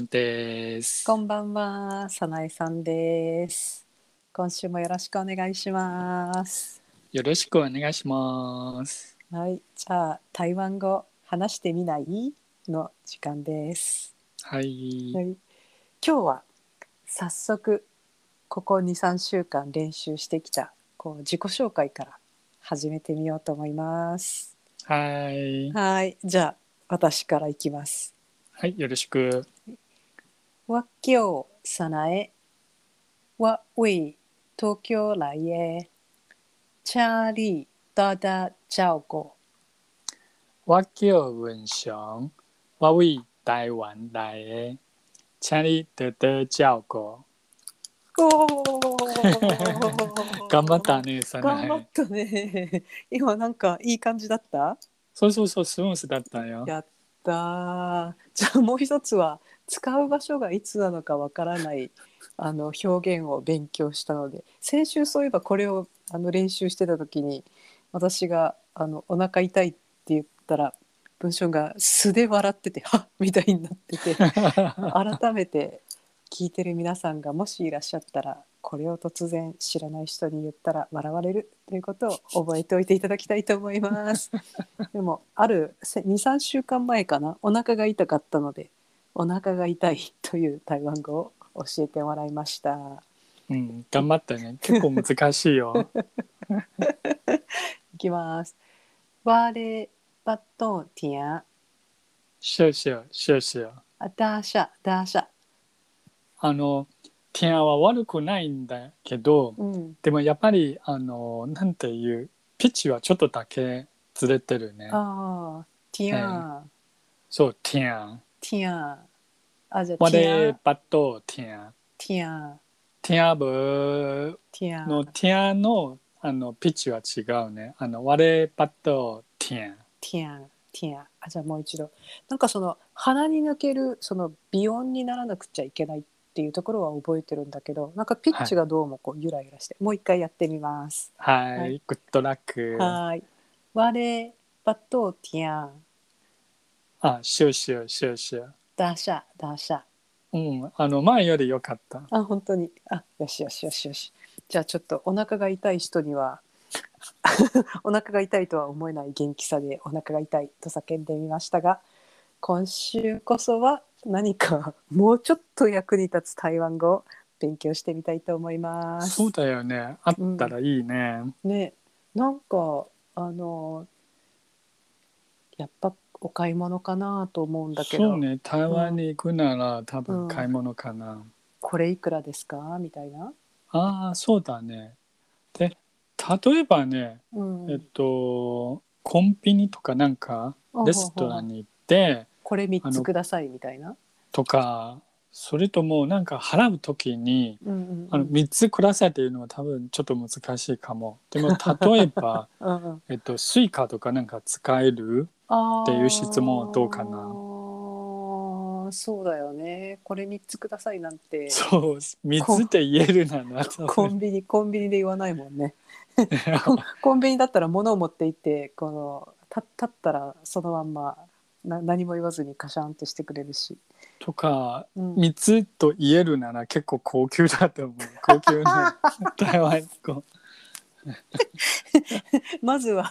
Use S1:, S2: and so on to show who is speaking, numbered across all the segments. S1: んです。
S2: こんばんは、さなえさんです。今週もよろしくお願いします。
S1: よろしくお願いします。
S2: はい、じゃあ台湾語話してみないの時間です。
S1: はい。
S2: はい、今日は早速ここ2、3週間練習してきたこう自己紹介から始めてみようと思います。
S1: はい。
S2: はい、じゃあ私からいきます。
S1: はい。よろしく。
S2: わ今日さなえ。わうい東京来へ。チャーリーだだちゃおこ。
S1: 我叫文雄，我为台湾来的，请你多多照顾。
S2: お ー
S1: 頑張った。ね、さ
S2: 頑張
S1: な
S2: っ
S1: い。
S2: たね。今なんかいい感じだった。
S1: そうそうそう、スムースだったよ。
S2: やったー。じゃあもう一つは使う場所がいつなのかわからないあの表現を勉強したので先週そういえばこれをあの練習してた時に私があのお腹痛いって言ったら文章が素で笑ってて「はっ!」みたいになってて改めて聞いてる皆さんがもしいらっしゃったらこれを突然知らない人に言ったら笑われるということを覚えておいていただきたいと思い ます。でもある23週間前かなお腹が痛かったのでお腹が痛いという台湾語を教えてもらいました
S1: うん、頑張ったね。結構難しい よ。
S2: いきます我れバトンティア
S1: シュシュシュシュ。
S2: あダーシャダーシャ
S1: あの、天は悪くないんだけど、
S2: うん
S1: でもやっぱりあのなんていうピッチはちょっとだけずれてるね。
S2: ああティアン
S1: そう、ティアン。
S2: ティアンあじゃあ
S1: 我
S2: ティア
S1: で
S2: ン
S1: バットティアン。
S2: ティアン
S1: ティアブ
S2: ティア
S1: の
S2: ン
S1: ティアンのあのピッチは違うね。あの我でバットティアン。
S2: ティアンティアンあじゃあもう一度なんかその鼻に抜けるその鼻音にならなくちゃいけないっていうところは覚えてるんだけどなんかピッチがどうもこうゆらゆらして、もう一回やってみます。
S1: はい、
S2: は
S1: グッドラック。
S2: はい。我バトティアン
S1: あ、シュシュシュシュ。
S2: ダシャダシャ
S1: うん、あの前より良かった。
S2: あ本当にあよしよしよしよしじゃあちょっとお腹が痛い人には お腹が痛いとは思えない元気さでお腹が痛いと叫んでみましたが今週こそは何かもうちょっと役に立つ台湾語を勉強してみたいと思います
S1: そう。だよね。あったらいいね。
S2: ねなんかあのやっぱお買い物かなと思うんだけ
S1: そ
S2: ど、
S1: うね。台湾に行くなら、多分買い物かな。
S2: これいくらですかみたいな。
S1: ああそうだね。で例えばね
S2: うん
S1: えっとコンビニとかなんかレストランに行って
S2: これ
S1: あ
S2: 3
S1: の
S2: つくださいみたいな。
S1: とかそれともなんか払う時に
S2: うんうんうん
S1: あの3つくださいっていうのは多分ちょっと難しいかも。でも例え ば、
S2: うんうん
S1: えっと、スイカとかなんか使える
S2: あー
S1: っていう質問はどうかな
S2: そうだよねこれ3つくださいなんて
S1: そう3つって言えるなら
S2: コ
S1: 多分
S2: ンビニコンビニで言わないもんねコンコンビニだったら物を持っていってこのた立ったらそのまんまな何も言わずにカシャンってしてくれるし、
S1: とか
S2: うん
S1: 3つと言えるなら結構高級だと思う高級 な台湾語。
S2: まずは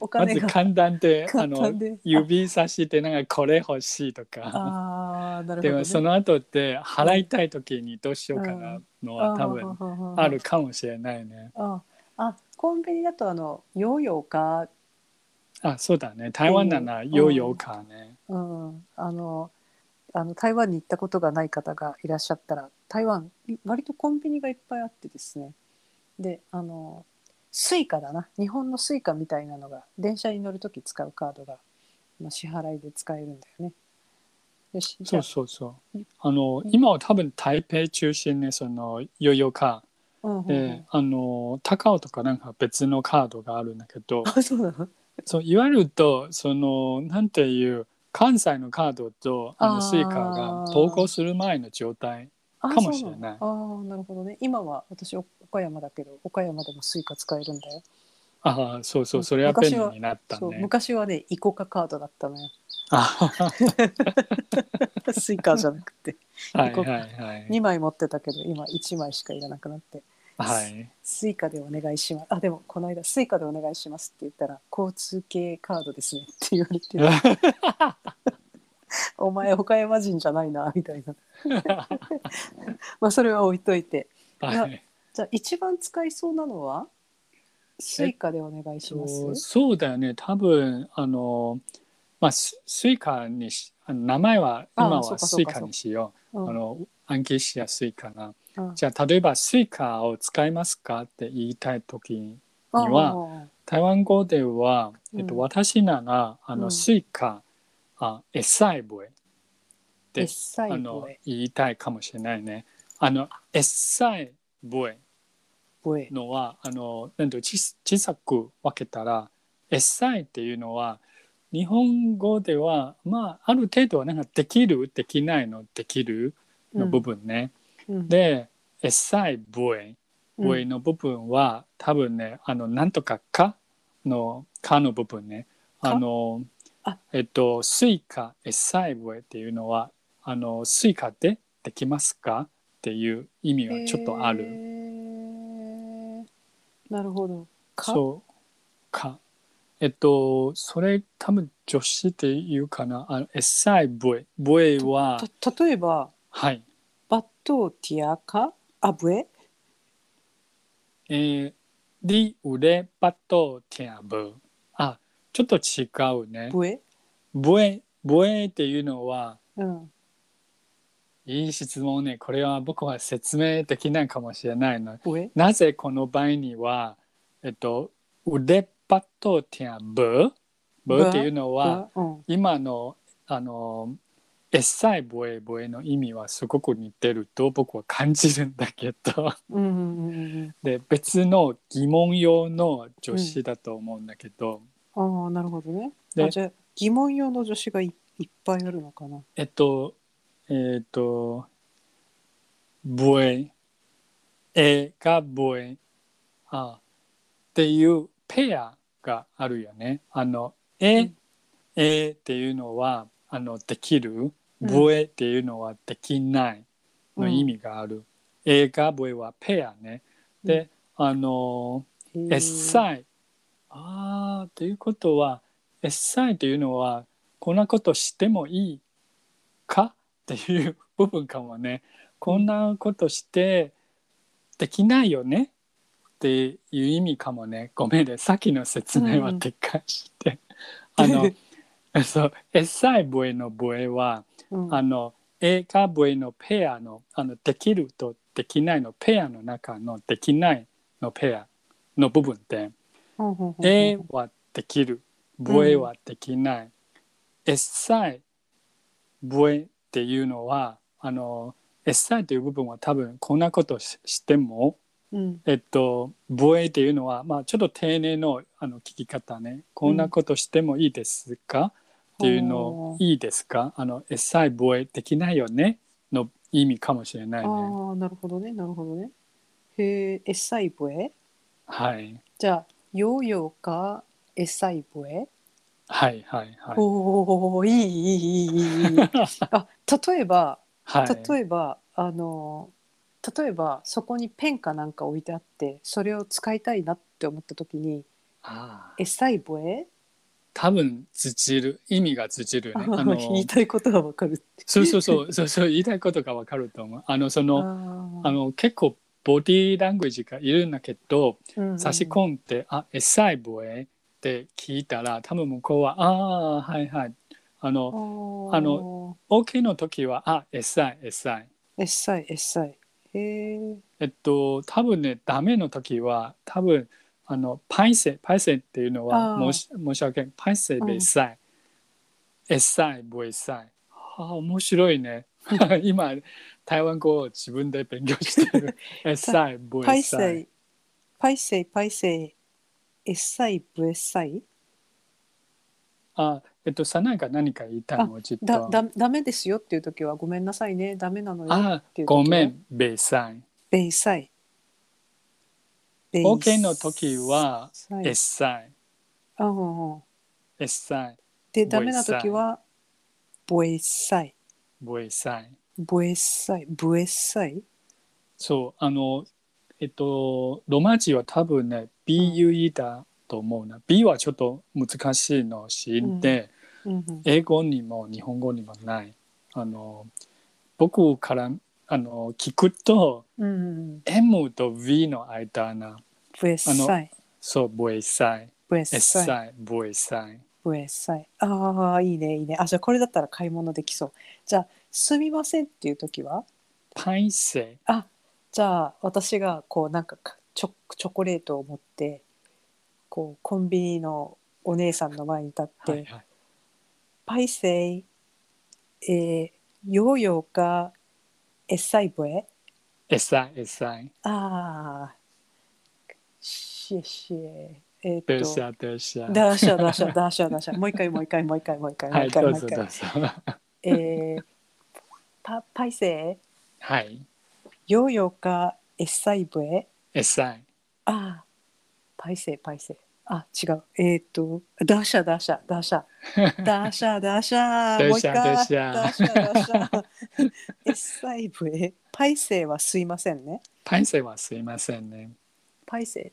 S2: お
S1: ま
S2: 金
S1: ず
S2: が
S1: 簡単であ
S2: 簡
S1: の
S2: 単で
S1: 指差してなんかこれ欲しいとか
S2: ああーなるほ
S1: で
S2: ど、ね、
S1: もその後って払いたい時にどうしようかなのは多分
S2: 分
S1: あるかもしれないね。
S2: ああコンビニだとあのヨーヨーか
S1: あそうだね台湾ならヨーヨーカーね。
S2: うん、あのあの台湾に行ったことがない方がいらっしゃったら台湾い割とコンビニがいっぱいあってですねであのスイカだな日本のスイカみたいなのが電車に乗る時使うカードが、まあ、支払いで使えるんだよね。よしじ
S1: そ
S2: ゃ
S1: う
S2: あ
S1: そうそう
S2: うん。
S1: あの
S2: うん
S1: 今は多分台北中心でそのヨーヨーカ
S2: うんうん
S1: ー
S2: う
S1: で
S2: ん
S1: あの高尾とかなんか別のカードがあるんだけど
S2: あそうなの
S1: そういわゆるとそのなんていう関西のカードとあ
S2: あー
S1: のスイカが投稿する前の状態
S2: あ
S1: かもしれない
S2: そうなのあーなるほどね今は私お岡山だけど岡山でもスイカ使えるんだよ。
S1: ああそうそうそれはペンになった
S2: そう
S1: ね
S2: 昔はねイコカカードだったのよ
S1: あ
S2: スイカじゃなくて
S1: はいはいはい
S2: 2枚持ってたけど今1枚しかいらなくなって
S1: はい
S2: スイカでお願いしますあでもこの間スイカでお願いしますって言ったら交通系カードですねって言われてお前岡山人じゃないなみたいなまあそれは置いといて
S1: はい
S2: じゃあ一番使いそうなのはスイカでお願いしま
S1: そう
S2: す。
S1: そうだよね多分あのまあススイカにしあの名前は
S2: ああ
S1: 今
S2: そう
S1: は
S2: か
S1: ス
S2: そう
S1: イ
S2: か
S1: カにしよ
S2: う
S1: うあ
S2: ん
S1: の暗記しやすいかな
S2: うん
S1: じゃあ例えばスイカを使いますかって言いたい時に
S2: あ
S1: 台湾語では、
S2: うん
S1: えっと、私ならあ
S2: う
S1: の
S2: ん
S1: スイカ、あエサイボエ
S2: エ
S1: で
S2: ッサ
S1: あ
S2: イ
S1: の
S2: ボエ
S1: 言いたいかもしれないね。あのエサイボエ
S2: ボエ
S1: のはあのなんと小さ小さく分けたらエサイっていうのは日本語ではまあある程度はなんかできるできないのできるの部分ね。
S2: うん
S1: でエサイボエボエの部分は、多分ねあのなんとかかのかの部分ね
S2: か
S1: あの
S2: あ
S1: えっとスイカエサイボエっていうのはあのスイカでできますかっていう意味はちょっとあ
S2: へ
S1: る。
S2: ーなるほど。か
S1: そうかえっとそれ多分助詞っていうかなあのエサイボエボエは
S2: た例えば
S1: はい
S2: バットティアカアブエ
S1: えー、リウレバトテアブあちょっと違うね。
S2: ブエ、
S1: ボエ、ボエっていうのは、
S2: うん、
S1: いい質問ね。これは僕は説明できないかもしれないの。
S2: ブエ
S1: なぜこの場合には、えっと、腕パッとてんブブっていうのは、
S2: うん
S1: 今の、あの、エッサイボエボエの意味はすごく似てると僕は感じるんだけど、
S2: うんうんうん
S1: で、別の疑問用の助詞だと思うんだけど、
S2: うん。ああなるほどね。
S1: で
S2: あじゃあ疑問用の助詞がいいっぱいあるのかな。
S1: えっと、えっと、ボエ、エがボエ、あ、っていうペアがあるよね。あの、
S2: う
S1: エ
S2: ん、
S1: エっていうのは、あの、できる。
S2: うん
S1: ボエっていうのはできないの意味がある。エがボエはペアね。で、あの、
S2: へー
S1: エッサイ。ああ、ということは、エッサイというのは、こんなことしてもいいかっていう部分かもね。こんなことしてできないよねっていう意味かもね。ごめんね。さっきの説明は
S2: うん
S1: 撤回して。 あの、そう、エッサイボエのボエは、
S2: うん
S1: あの、A か V のペアの、あの、できるとできないのペアの中のできないのペアの部分で、
S2: うんうんうんうん
S1: A はできる、V はできない。S さえ V っていうのは、あの、S さえという部分は多分こんなことししても、
S2: うん
S1: えっと、防衛っていうのは、まあ、ちょっと丁寧のあの聞き方ね。こんなことしてもいいですか、っていうの
S2: ほ、う
S1: いいですかあの、エッサイ防衛できないよねの意味かもしれないね。
S2: ああなるほどねなるほどね。へえエッサイボエ
S1: はい。
S2: じゃあヨーヨーかエッサイボエ
S1: はいはいはい。
S2: おおいいい いいいいいいいあ例えば
S1: はい。
S2: 例えばあの例えばそこにペンかなんか置いてあってそれを使いたいなって思った時に
S1: あ
S2: 「
S1: あ
S2: エサイボエ
S1: 多分、通じる。意味が通じる」よね。あの、
S2: 言いたいことがわかるって
S1: そうそうそう、そうそう、言いたいことがわかると思う。あの、そ
S2: あ
S1: の、あ
S2: の
S1: の、結構、ボディーラングエージがいるんだけど、差し込んで「あエッサイボエ」って聞いたら多分向こうは「ああーはいはい」あの
S2: む
S1: あの OK の時は「あエッサイエッサイ
S2: エッサイエッサイへえ」
S1: えっと多分ねダメの時は多分あのパイセパイセっていうのは
S2: あー
S1: 申し申し訳ないパイセでエッサイ、エッサイボエッサイあー面白いね 今台湾語を自分で勉強して るエッサイボエ
S2: パ
S1: ッ
S2: イ
S1: サ
S2: セ
S1: イ
S2: イパイセイパイセイエッサイブエッサイ
S1: あえっとさなが何か言いたいのちょっ
S2: だ
S1: と
S2: だダメですよっていう時はごめんなさいねダメなのよ
S1: あ
S2: っていう時は
S1: ごめん、ベイさん。
S2: ベイサイで
S1: OK の時は
S2: はい
S1: エッサイ
S2: あうんうん
S1: エッサイ
S2: でダメな時はボエッサイ
S1: ボエッサイ
S2: ボエッサイボエッサイ
S1: そうあのえっとロマ字は多分ね BUE だと思うな B はちょっと難しいのしで、
S2: うんうん
S1: 英語にも日本語にもないあの僕からあの聞くと
S2: うんうん
S1: M と V の間な
S2: ボエッサイ
S1: そうボエッサイ
S2: ボエ
S1: エ
S2: ッ
S1: ッ
S2: サイ
S1: サイボエッサイ
S2: ボエッサイああいいねいいねあじゃあこれだったら買い物できそうじゃあすみませんっていう時は
S1: パイセ
S2: あじゃあ私がこうなんかかチョチョコレートを持ってこうコンビニのお姉さんの前に立って「
S1: はいはい
S2: パイセイ、えー、ヨーヨーかエッサイブエ」
S1: エッサイエッサイ
S2: ああシエシエえっ、
S1: ドシ
S2: と
S1: ャドシャ
S2: ダーシャダーシャダーシャダーシャもう一回もう一回もう一回もう一回も
S1: は
S2: う
S1: い
S2: 一回
S1: ど
S2: も
S1: う
S2: う一
S1: ぞどう
S2: 回
S1: ぞ
S2: えーパパイセイ
S1: はい
S2: ヨーヨーかエッサイブエ
S1: エッサイ
S2: ああ、パイセイ、パイセイ。あ、違う。えーっ、と、ダーシャ、ダーシャ、ダーシャ。ダーシャ、ダーシャ。もう一回。
S1: ダー
S2: ダー
S1: シ
S2: シ
S1: ャダ
S2: ャ、ダ
S1: ー
S2: ー
S1: シ
S2: シ
S1: ャ
S2: ャ。エッサイブエ。パイセイはすいませんね。
S1: パイセイはすいませんね
S2: パイセ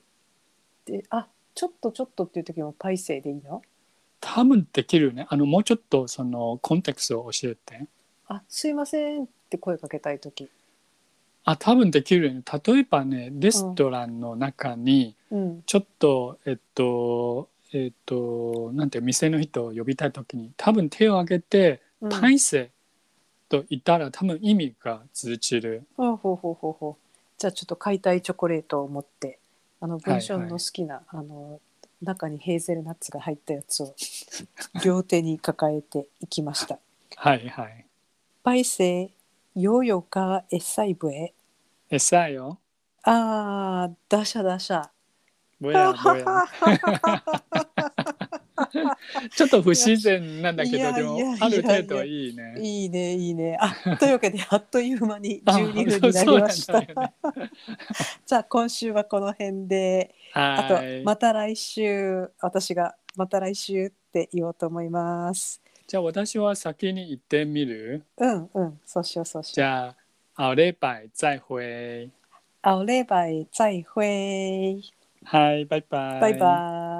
S2: イ。で、あ、ちょっとちょっとっていう時もパイセイでいいの
S1: 多分できるねあのもうちょっとそのコンテクストを教えて
S2: あ、すいませんって声かけたい時。
S1: あ多分できるね例えばねレストランの中に
S2: うん。
S1: ちょっと、えっとえっとなんていう店の人を呼びたい時に多分手を挙げて「
S2: うん、
S1: パイセイ」と言ったら多分意味が通じる
S2: ほうほうほうほうほう。じゃあちょっと買いたいチョコレートを持って、あの文章
S1: は
S2: の
S1: い
S2: 好
S1: はい
S2: きな、あの中にヘーゼルナッツが入ったやつを 両手に抱えていきました。
S1: はいはい
S2: パイセイヨーヨーカーエッサイブエ
S1: エサよ
S2: あーダシャダシャ。
S1: ぼやぼ やちょっと不自然なんだけ
S2: い
S1: ど
S2: や
S1: で
S2: いや
S1: も
S2: いや
S1: ある程度いいね
S2: いいねいいね。 あというわけであっという間に
S1: あ
S2: 12分になりまし
S1: そ
S2: た
S1: う。なんだよね
S2: じゃあ今週はこの辺で、あと
S1: はい
S2: また来週私がまた来週って言おうと思います。
S1: じゃあ私は先に行ってみる
S2: うんうん、そうしようそうし
S1: じ
S2: よう。
S1: ゃあ、あればい、再会。
S2: 奥礼拜再会，
S1: はい、バイバイ。
S2: 拜拜。